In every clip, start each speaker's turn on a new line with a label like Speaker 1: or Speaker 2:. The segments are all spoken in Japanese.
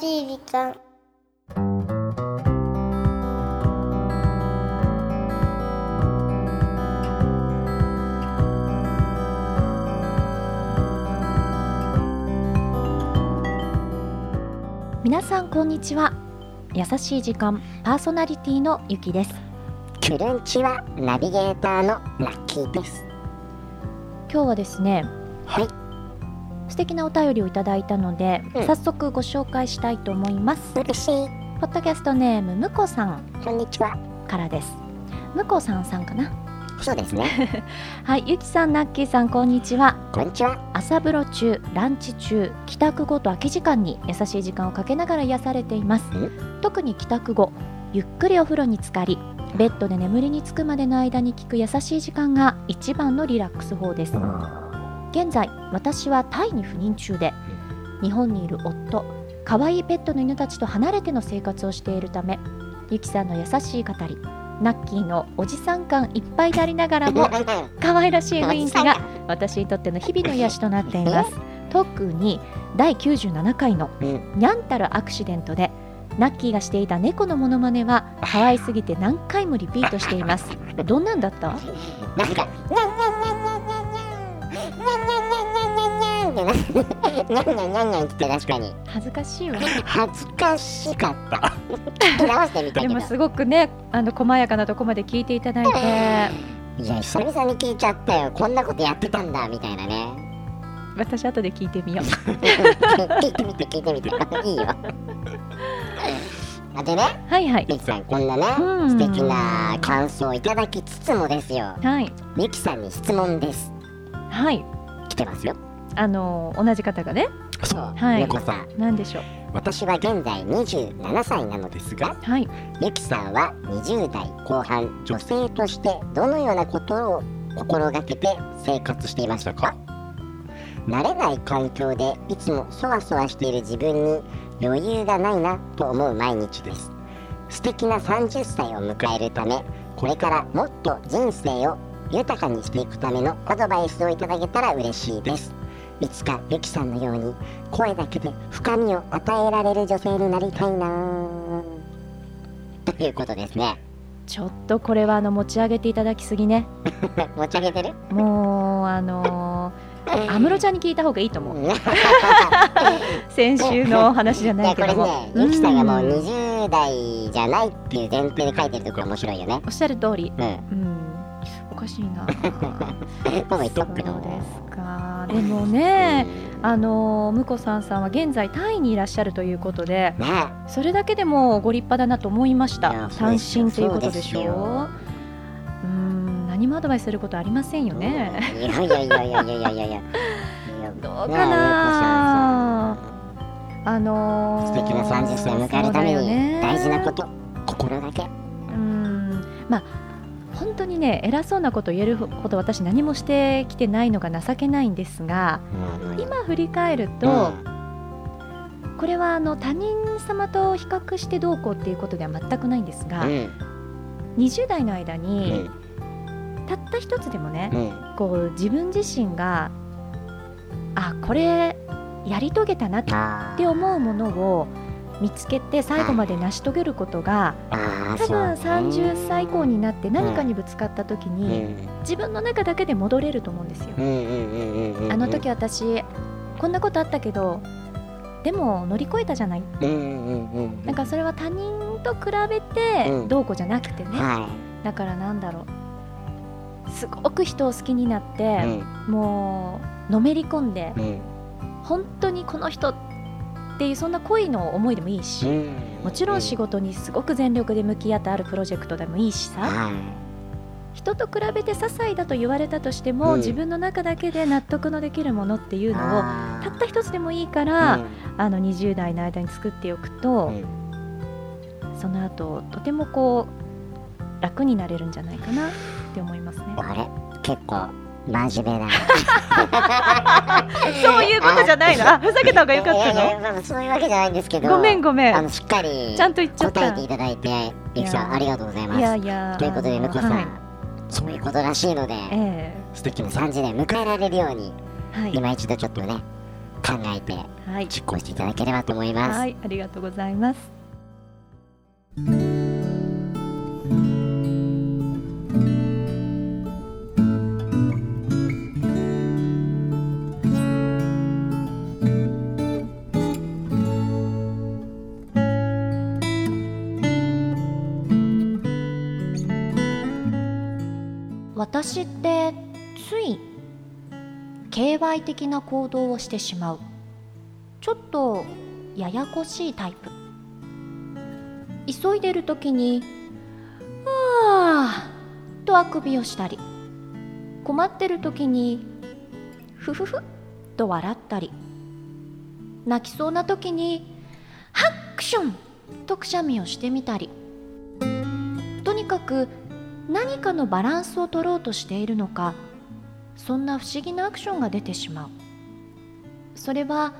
Speaker 1: しい時間
Speaker 2: 皆さんこんにちは優しい時間パーソナリティのゆきです
Speaker 3: キュレンチはナビゲーターのラッキーです。
Speaker 2: 今日はですね
Speaker 3: はい、
Speaker 2: 素敵なお便りをいただいたので、
Speaker 3: うん
Speaker 2: 早速ご紹介したいと思います
Speaker 3: 嬉しい。
Speaker 2: ポッドキャストネームむこさん
Speaker 3: こんにちは。
Speaker 2: からですむこさんさんかな
Speaker 3: そうですね。
Speaker 2: はいゆきさんなっきーさんこんにちは
Speaker 3: こんにちは。
Speaker 2: 朝風呂中ランチ中帰宅後と空き時間に優しい時間をかけながら癒されています
Speaker 3: え
Speaker 2: 特に帰宅後ゆっくりお風呂に浸かりベッドで眠りにつくまでの間に聞く優しい時間が一番のリラックス法です現在私はタイに赴任中で日本にいる夫可愛いペットの犬たちと離れての生活をしているためゆきさんの優しい語りナッキーのおじさん感いっぱいでありながら も可愛らしい雰囲気が私にとっての日々の癒しとなっています特に第97回の
Speaker 3: うん
Speaker 2: 「にゃんたるアクシデント」でナッキーがしていた猫のモノマネは可愛すぎて何回もリピートして いますどんなんだった
Speaker 3: なんか、にゃんにゃんにゃんにゃんにゃんにゃん。にゃんにゃんにゃんにゃんにゃんにゃんってな。にゃんにゃんにゃんにゃんって確かに
Speaker 2: 恥ずかしいわ
Speaker 3: 恥ずかしかった。聞き直してみた
Speaker 2: で
Speaker 3: け
Speaker 2: も
Speaker 3: ど。
Speaker 2: すごくねあの細やかなとこまで聞いていただいて
Speaker 3: いや久々に聞いちゃったよ。こんなことやってたんだみたいなね。
Speaker 2: 私後で聞いてみよう
Speaker 3: 聞いてみて聞いてみて。いいよ。あでね。
Speaker 2: はいはい
Speaker 3: ゆきさんこんなね
Speaker 2: うん
Speaker 3: 素敵な感想をいただきつつもですよ
Speaker 2: はい
Speaker 3: ゆきさんに質問です
Speaker 2: はい
Speaker 3: 来てますよ
Speaker 2: あの同じ方がね
Speaker 3: そう
Speaker 2: はい
Speaker 3: ゆきさん
Speaker 2: 何でしょう
Speaker 3: 私は現在27歳なのですが
Speaker 2: はい
Speaker 3: ゆきさんは20代後半女性としてどのようなことを心がけて生活していましたか慣れない環境でいつもそわそわしている自分に余裕がないなと思う毎日です素敵な30歳を迎えるためこれからもっと人生を豊かにしていくためのアドバイスをいただけたら嬉しいですいつかゆきさんのように声だけで深みを与えられる女性になりたいなあということですね
Speaker 2: ちょっとこれはあの持ち上げていただきすぎね
Speaker 3: 持ち上げてる
Speaker 2: もうあのー安室ちゃんに聞いた方がいいと思う 先週の話じゃないけど
Speaker 3: いや
Speaker 2: も
Speaker 3: これね、ゆきさんがも
Speaker 2: う
Speaker 3: うん20代じゃないっていう前提で書いてるとこが面白いよね。
Speaker 2: おっしゃる通り
Speaker 3: うん。
Speaker 2: うんおかしいな
Speaker 3: 僕言っ
Speaker 2: そ
Speaker 3: と
Speaker 2: う
Speaker 3: く
Speaker 2: で
Speaker 3: けど。
Speaker 2: すかでもねあのー、婿さんさんは現在タイにいらっしゃるということで
Speaker 3: うんね
Speaker 2: それだけでもご立派だなと思いまし
Speaker 3: い
Speaker 2: た
Speaker 3: や
Speaker 2: 単身ということでし
Speaker 3: そうです
Speaker 2: ょ
Speaker 3: よ
Speaker 2: うーん何もアドバイスすることありませんよね、
Speaker 3: いやいやいやいやいやいやいやいや。
Speaker 2: どうか
Speaker 3: ねえゆきさんさ
Speaker 2: なあのー
Speaker 3: 素敵な三十歳を迎えるため
Speaker 2: そうだよ
Speaker 3: に
Speaker 2: ね
Speaker 3: 大事なこと、心がけ。
Speaker 2: うーんまあ本当にね偉そうなこと言えるほど私何もしてきてないのが情けないんですが今振り返ると、これはあの他人様と比較してどうこうっていうことでは全くないんですが、
Speaker 3: うんうん
Speaker 2: 20代の間
Speaker 3: う
Speaker 2: に、
Speaker 3: ん
Speaker 2: たった一つでもね、
Speaker 3: うん
Speaker 2: こう自分自身があこれやり遂げたなっ
Speaker 3: あ
Speaker 2: て思うものを見つけて最後まで成し遂げることが
Speaker 3: ー
Speaker 2: 多分30歳以降。になって何かにぶつかった時
Speaker 3: あーそうね
Speaker 2: に自分の中だけで戻れると思うんですよ
Speaker 3: う。んうんうんうんうんうん。
Speaker 2: あの時私こんなことあったけどでも乗り越えたじゃない
Speaker 3: うんうんうんうん。
Speaker 2: なんかそれは他人と比べ
Speaker 3: う
Speaker 2: て
Speaker 3: ん
Speaker 2: どうこうじゃなくてね
Speaker 3: は
Speaker 2: だからなんだろうすごく人を好きになっ
Speaker 3: い。う
Speaker 2: て
Speaker 3: ん
Speaker 2: もうのめり込んで
Speaker 3: うん
Speaker 2: 本当にこの人っていうそんな恋の思いでもいいし、もちろん仕
Speaker 3: 事
Speaker 2: 事にすごく全力で向き合ってあるプロジェクトでもいいしさ
Speaker 3: はい
Speaker 2: 人と比べて些細だと言われたとしても、
Speaker 3: うん
Speaker 2: 自分の中だけで納得のできるものっていうのを
Speaker 3: あ
Speaker 2: た
Speaker 3: ー
Speaker 2: った一つでもいいから、あの20代の間に作っておくと
Speaker 3: う、ん
Speaker 2: その後とてもこう楽になれるんじゃないかなって思いますね。
Speaker 3: あれ結構真面目な
Speaker 2: そういうことじゃないのあふざけた方がよかった
Speaker 3: いやい
Speaker 2: の
Speaker 3: やまあそういうわけじゃないんですけど
Speaker 2: ごめんごめ
Speaker 3: あ
Speaker 2: ん
Speaker 3: のしっかり
Speaker 2: ちゃんと言っちゃった
Speaker 3: 答えていただいてゆきさんありがとうございます
Speaker 2: いやいや
Speaker 3: ということで向こうさん、
Speaker 2: はい
Speaker 3: そういうことらしいので
Speaker 2: え
Speaker 3: 素敵な3時で迎えられるように
Speaker 2: えはい
Speaker 3: 今一度ちょっとね考えて
Speaker 2: はい、
Speaker 3: 実行していただければと思います。
Speaker 2: はい、ありがとうございます。私ってつい敬愛的な行動をしてしまうちょっとややこしいタイプ急いでる時に「ああ」とあくびをしたり困ってる時に「ふふふ」と笑ったり泣きそうな時に「ハックション!」とくしゃみをしてみたりとにかく何かのバランスを取ろうとしているのかそんな不思議なアクションが出てしまうそれは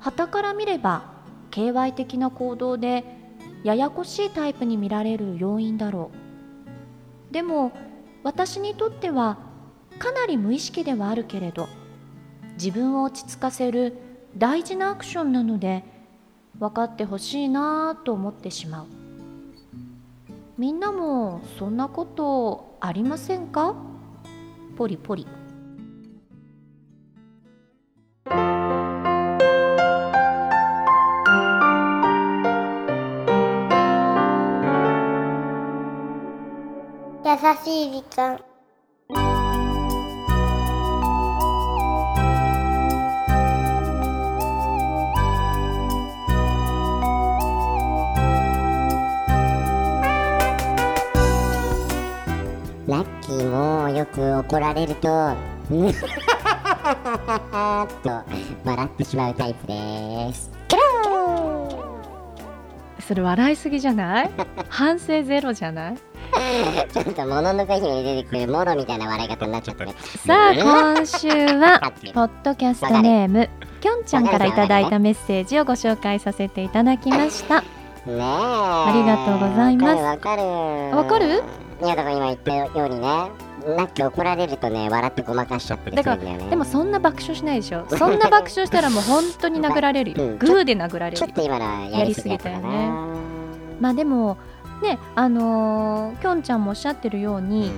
Speaker 2: 傍から見れば敬愛的な行動でややこしいタイプに見られる要因だろうでも私にとってはかなり無意識ではあるけれど自分を落ち着かせる大事なアクションなので分かってほしいなぁと思ってしまうみんなもそんなことありませんかポリポリ
Speaker 1: 優しい時間
Speaker 3: ラッキーもよく怒られると、 うんと笑ってしまうタイプです。
Speaker 2: それ笑いすぎじゃない反省ゼロじゃない
Speaker 3: ちょっともののけ姫に出てくるモロみたいな笑い方になっちゃったね。
Speaker 2: さあ今週はポッドキャストネームきょんちゃんからいただいたメッセージをご紹介させていただきました
Speaker 3: ねえ。
Speaker 2: あ
Speaker 3: あ
Speaker 2: りがとうございます
Speaker 3: わかる
Speaker 2: わ
Speaker 3: わ
Speaker 2: か
Speaker 3: かる。
Speaker 2: る
Speaker 3: いやだから今言ったようにね、ラッキー怒られるとね、笑ってごまかしちゃったりするんだよね。
Speaker 2: でもそんな爆笑しない でしょそんな爆笑したらもう本当に殴られるよ
Speaker 3: うん
Speaker 2: グーで殴られ
Speaker 3: ちょ
Speaker 2: る
Speaker 3: っと今のはやりすぎたかな。
Speaker 2: やまあでもねあのーきょんちゃんもおっしゃってるよう
Speaker 3: うん。
Speaker 2: に、
Speaker 3: っ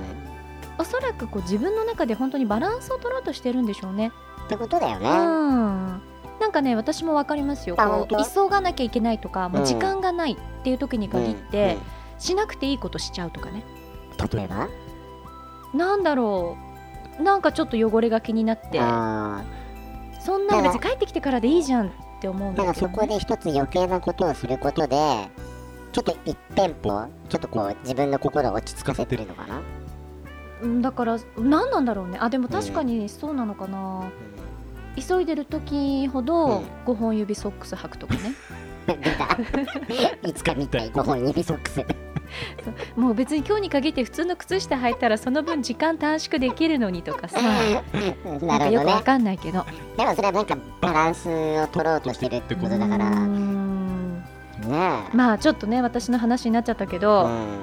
Speaker 2: おそらくこう自分の中で本当にバランスを取ろうとしてるんでしょうね
Speaker 3: てことだよね。
Speaker 2: うんなんかね私も分かりますよ
Speaker 3: あ
Speaker 2: こう
Speaker 3: 本当
Speaker 2: 急がなきゃいけないとかもううん時間がないっていう時に限って、しなくていいことしちゃうとかね
Speaker 3: うん、例えば
Speaker 2: なんだろうなんかちょっと汚れが気になって
Speaker 3: あ
Speaker 2: そんなの別に
Speaker 3: だ
Speaker 2: 帰ってきてからでいいじゃんって思う
Speaker 3: ー
Speaker 2: ん
Speaker 3: だから
Speaker 2: だけど、
Speaker 3: そ
Speaker 2: ね、
Speaker 3: こで一つ余計なことをすることで、ちょっと一店舗、ちょっとこう自分の心を落ち着かせてるのかな。
Speaker 2: うんだから何なんだろうねあでも確かにそうなのかな、急いでる時ほ
Speaker 3: う
Speaker 2: ど
Speaker 3: ん
Speaker 2: 5本指ソックス履くとかね
Speaker 3: いつか見たい5本指ソックス。
Speaker 2: もう別に今日に限って普通の靴下履いたらその分時間短縮できるのにとかさ
Speaker 3: な
Speaker 2: なん
Speaker 3: る
Speaker 2: か
Speaker 3: ほど
Speaker 2: よくわ
Speaker 3: ね。
Speaker 2: かんないけど
Speaker 3: でもそれはなんかバランスを取ろうとしてるってことだから、
Speaker 2: う
Speaker 3: ね
Speaker 2: ーん
Speaker 3: え。
Speaker 2: まあちょっとね私の話になっちゃったけ
Speaker 3: う
Speaker 2: ど、
Speaker 3: ん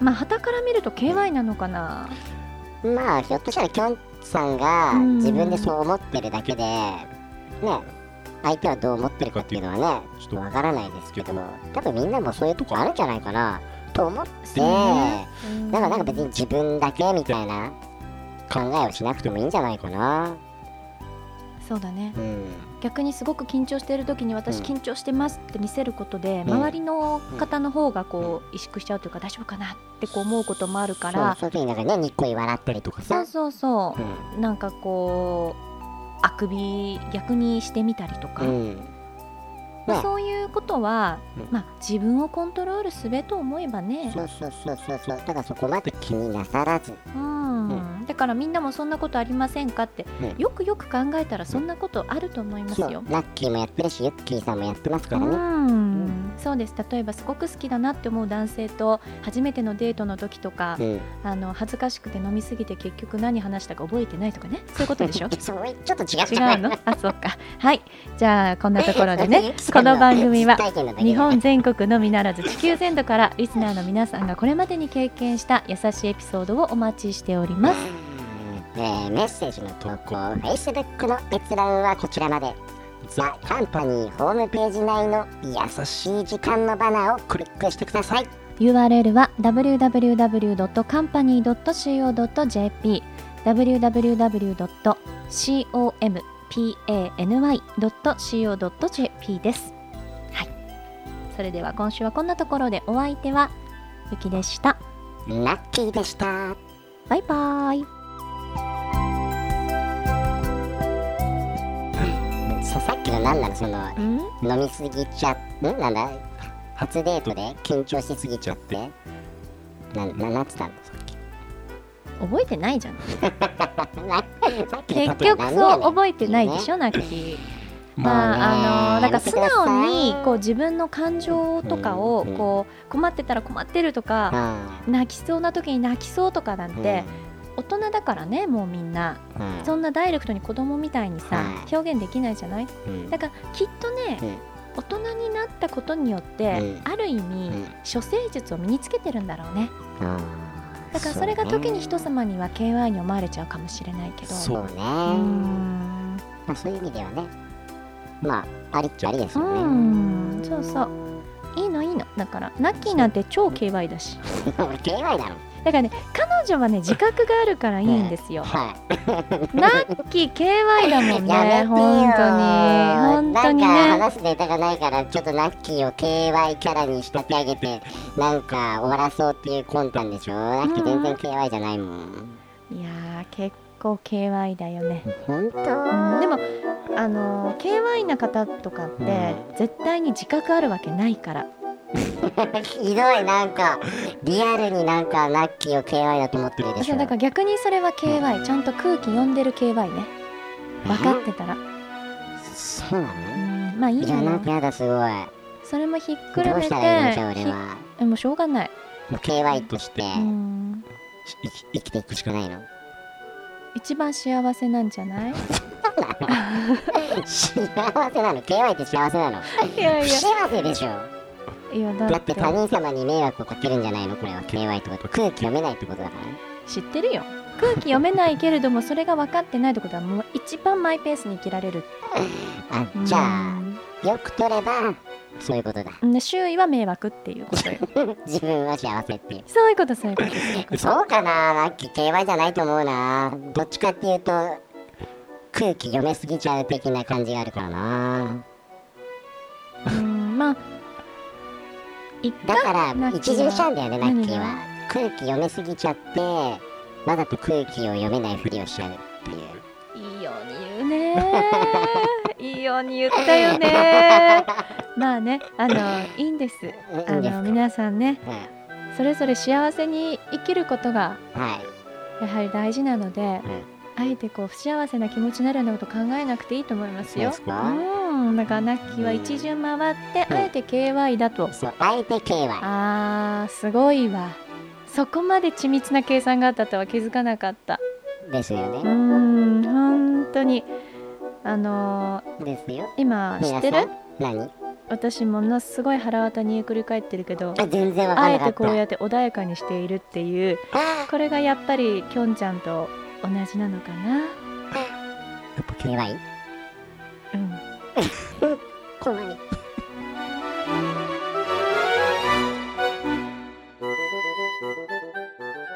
Speaker 2: まあ傍から見ると KY なのかな、
Speaker 3: まあひょっとしたらきょんさんが
Speaker 2: うん
Speaker 3: 自分でそう思ってるだけで、ねえ、相手はどう思ってるかっていうのはね、ちょっとわからないですけども、多分みんなもそういうとこあるんじゃないかなと思って、
Speaker 2: そうね
Speaker 3: だからなんか別に自分だけみたいな考えをしなくてもいいんじゃないかな。
Speaker 2: そうだね
Speaker 3: うん。
Speaker 2: 逆にすごく緊張している時に私
Speaker 3: うん
Speaker 2: 緊張してますって見せることで、
Speaker 3: うん
Speaker 2: 周りの方の方がこう萎縮しちゃうというか大丈夫かなってこう思うこともあるから
Speaker 3: そう、そういう時になんかね、にっこり笑ったりとか
Speaker 2: そう
Speaker 3: さ。
Speaker 2: そうそうう、
Speaker 3: ん
Speaker 2: なんかこうあくび逆にしてみたりとか、
Speaker 3: うん。
Speaker 2: まあ
Speaker 3: ね
Speaker 2: そういうことは、
Speaker 3: うん
Speaker 2: まあ、自分をコントロールすべと思えばね、
Speaker 3: そうそうそうそうそう。だからそこまで気になさらず。
Speaker 2: うんだからみんなもそんなことありませんかって、
Speaker 3: ね
Speaker 2: よくよく考えたらそんなことあると思います
Speaker 3: そう。
Speaker 2: よ
Speaker 3: ラ。ッキーもやってるし、ユッキーさんもやってますから
Speaker 2: う
Speaker 3: ね。
Speaker 2: ん、そうです例えばすごく好きだなって思う男性と初めてのデートの時とか、
Speaker 3: うん。
Speaker 2: あの恥ずかしくて飲みすぎて結局何話したか覚えてないとか ねそういうことでしょ
Speaker 3: そうちょっと違う
Speaker 2: 違
Speaker 3: じゃな
Speaker 2: う
Speaker 3: い
Speaker 2: のあそうかはいじゃあこんなところでね
Speaker 3: ユッキーさ
Speaker 2: こ
Speaker 3: んの
Speaker 2: の番組は
Speaker 3: 実体験なんだけど
Speaker 2: 日本全国のみならず地球全土からリスナーの皆さんがこれまでに経験した優しいエピソードをお待ちしております
Speaker 3: えーメッセージの投稿、Facebook の閲覧はこちらまで。ザ・カンパニーホームページ内の優しい時間のバナーをクリックしてください
Speaker 2: URL は www.company.co.jp www.company.co.jp です。はい。それでは今週はこんなところでお相手はゆきでした。
Speaker 3: ラッキーでした
Speaker 2: バイバーイ。
Speaker 3: ささっきの何なのその
Speaker 2: うん
Speaker 3: 飲みすぎちゃんなんだ初デートで緊張しすぎちゃってなななんつったのさ っき
Speaker 2: 覚えてないじゃん。
Speaker 3: さっきの
Speaker 2: 結
Speaker 3: 例え
Speaker 2: 局
Speaker 3: 何
Speaker 2: そ
Speaker 3: や
Speaker 2: う
Speaker 3: ねん
Speaker 2: 覚えてないでしょ、ナッキー。まあ、あのなんか素直にこう自分の感情とかを
Speaker 3: うん
Speaker 2: こう困ってたら困ってるとか泣きそうな時に泣きそうとかなんて大人だからねもうみんなそんなダイレクトに子供みたいにさ
Speaker 3: はい
Speaker 2: 表現できないじゃないだからきっとね
Speaker 3: うん
Speaker 2: 大人になったことによって
Speaker 3: う
Speaker 2: ある意味
Speaker 3: うん
Speaker 2: 処世術を身につけてるんだろうねだからそれが時に人様には KY に思われちゃうかもしれないけど
Speaker 3: そうね、
Speaker 2: うーん
Speaker 3: まあ、そういう意味ではねまあありっちゃありです
Speaker 2: う
Speaker 3: よね、
Speaker 2: んそうそういいのいいのだからナッキーなんて超 KY だし
Speaker 3: 俺 KY だろ
Speaker 2: だからね彼女はね自覚があるからいいんですよ
Speaker 3: は
Speaker 2: ナッキー KY だも
Speaker 3: い
Speaker 2: ん
Speaker 3: やめて
Speaker 2: ね
Speaker 3: よ
Speaker 2: 本当に本当に
Speaker 3: なんか
Speaker 2: ね
Speaker 3: 話すネタがないからちょっとラッキーを KY キャラに仕立て上げてなんか終わらそうっていう魂胆でしょラッキー全然 KY じゃないもん
Speaker 2: いやー結構 KY だよね、
Speaker 3: 本
Speaker 2: うん
Speaker 3: 当
Speaker 2: でもあのー KY な方とかって
Speaker 3: う
Speaker 2: 絶対に自覚あるわけないから
Speaker 3: ひどいなんかリアルになんかラッキーを KY だと思ってるでし
Speaker 2: そ
Speaker 3: ょ
Speaker 2: うだから逆にそれは KY ちゃんと空気読んでる KY ね分かってたら
Speaker 3: そうな
Speaker 2: う
Speaker 3: の
Speaker 2: んまあいい
Speaker 3: い
Speaker 2: の
Speaker 3: やなん
Speaker 2: よ
Speaker 3: かやだすごい
Speaker 2: それもひっくる
Speaker 3: どう
Speaker 2: め
Speaker 3: したらいいのじゃあ
Speaker 2: て
Speaker 3: 俺
Speaker 2: ひ
Speaker 3: は
Speaker 2: えもうしょうがない、
Speaker 3: もう KY として
Speaker 2: うん
Speaker 3: 生き生きていくしかない の
Speaker 2: 一番幸せなんじゃない
Speaker 3: 幸せなの KY って幸せなの
Speaker 2: いや
Speaker 3: 不幸せでしょ
Speaker 2: いや
Speaker 3: だ
Speaker 2: だ
Speaker 3: っ
Speaker 2: ってて
Speaker 3: 他人様に迷惑をかけるんじゃないのこれは KY ってこと空気読めないってことだからね
Speaker 2: 知ってるよ空気読めないけれどもそれが分かってないってことはもう一番マイペースに生きられる
Speaker 3: あじゃあよく取ればそういうことだ
Speaker 2: あで周囲は迷惑ってい うことよ
Speaker 3: 自分は幸せっていう
Speaker 2: そういうことそういうことそういうこと
Speaker 3: そうかなラッキー KY じゃないと思うなどっちかっていうと空気読めすぎちゃう的な感じがあるからな
Speaker 2: うんまあ一
Speaker 3: だ
Speaker 2: 回
Speaker 3: から
Speaker 2: ラッキー
Speaker 3: 一
Speaker 2: は
Speaker 3: 重したんだよねラッキー
Speaker 2: 何
Speaker 3: は空気読めすぎちゃってわざと空気を読めないふりをしちゃうっていう
Speaker 2: いいように言う ねいいように言ったよねまあねあのいいんです
Speaker 3: いい
Speaker 2: あ
Speaker 3: んですか
Speaker 2: の皆さんね
Speaker 3: うん
Speaker 2: それぞれ幸せに生きることが
Speaker 3: はい
Speaker 2: やはり大事なので、あえてこう不幸せな気持ちになるようなこと考えなくていいと思いますよ
Speaker 3: そうですか
Speaker 2: うんだからナッキーは一巡回って、
Speaker 3: うん
Speaker 2: あえて KY だと、
Speaker 3: そう相手 KY
Speaker 2: あーすごいわそこまで緻密な計算があったとは気づかなかった
Speaker 3: ですよ
Speaker 2: う
Speaker 3: ね。
Speaker 2: ん本当にあのー
Speaker 3: ですよ。
Speaker 2: 今知って
Speaker 3: 皆さ
Speaker 2: る
Speaker 3: ん何
Speaker 2: 私ものすごい腹渡に繰り返ってるけど
Speaker 3: あ全然わか
Speaker 2: あ
Speaker 3: んな
Speaker 2: え
Speaker 3: か
Speaker 2: て
Speaker 3: っ
Speaker 2: こう
Speaker 3: た。
Speaker 2: やって穏やかにしているっていう
Speaker 3: あ
Speaker 2: これがやっぱりきょんちゃんと同じなのかな
Speaker 3: やっぱ KY?
Speaker 2: うん
Speaker 3: こんなに。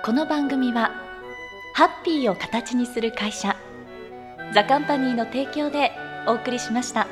Speaker 2: この番組はハッピーを形にする会社ザカンパニーの提供でお送りしました。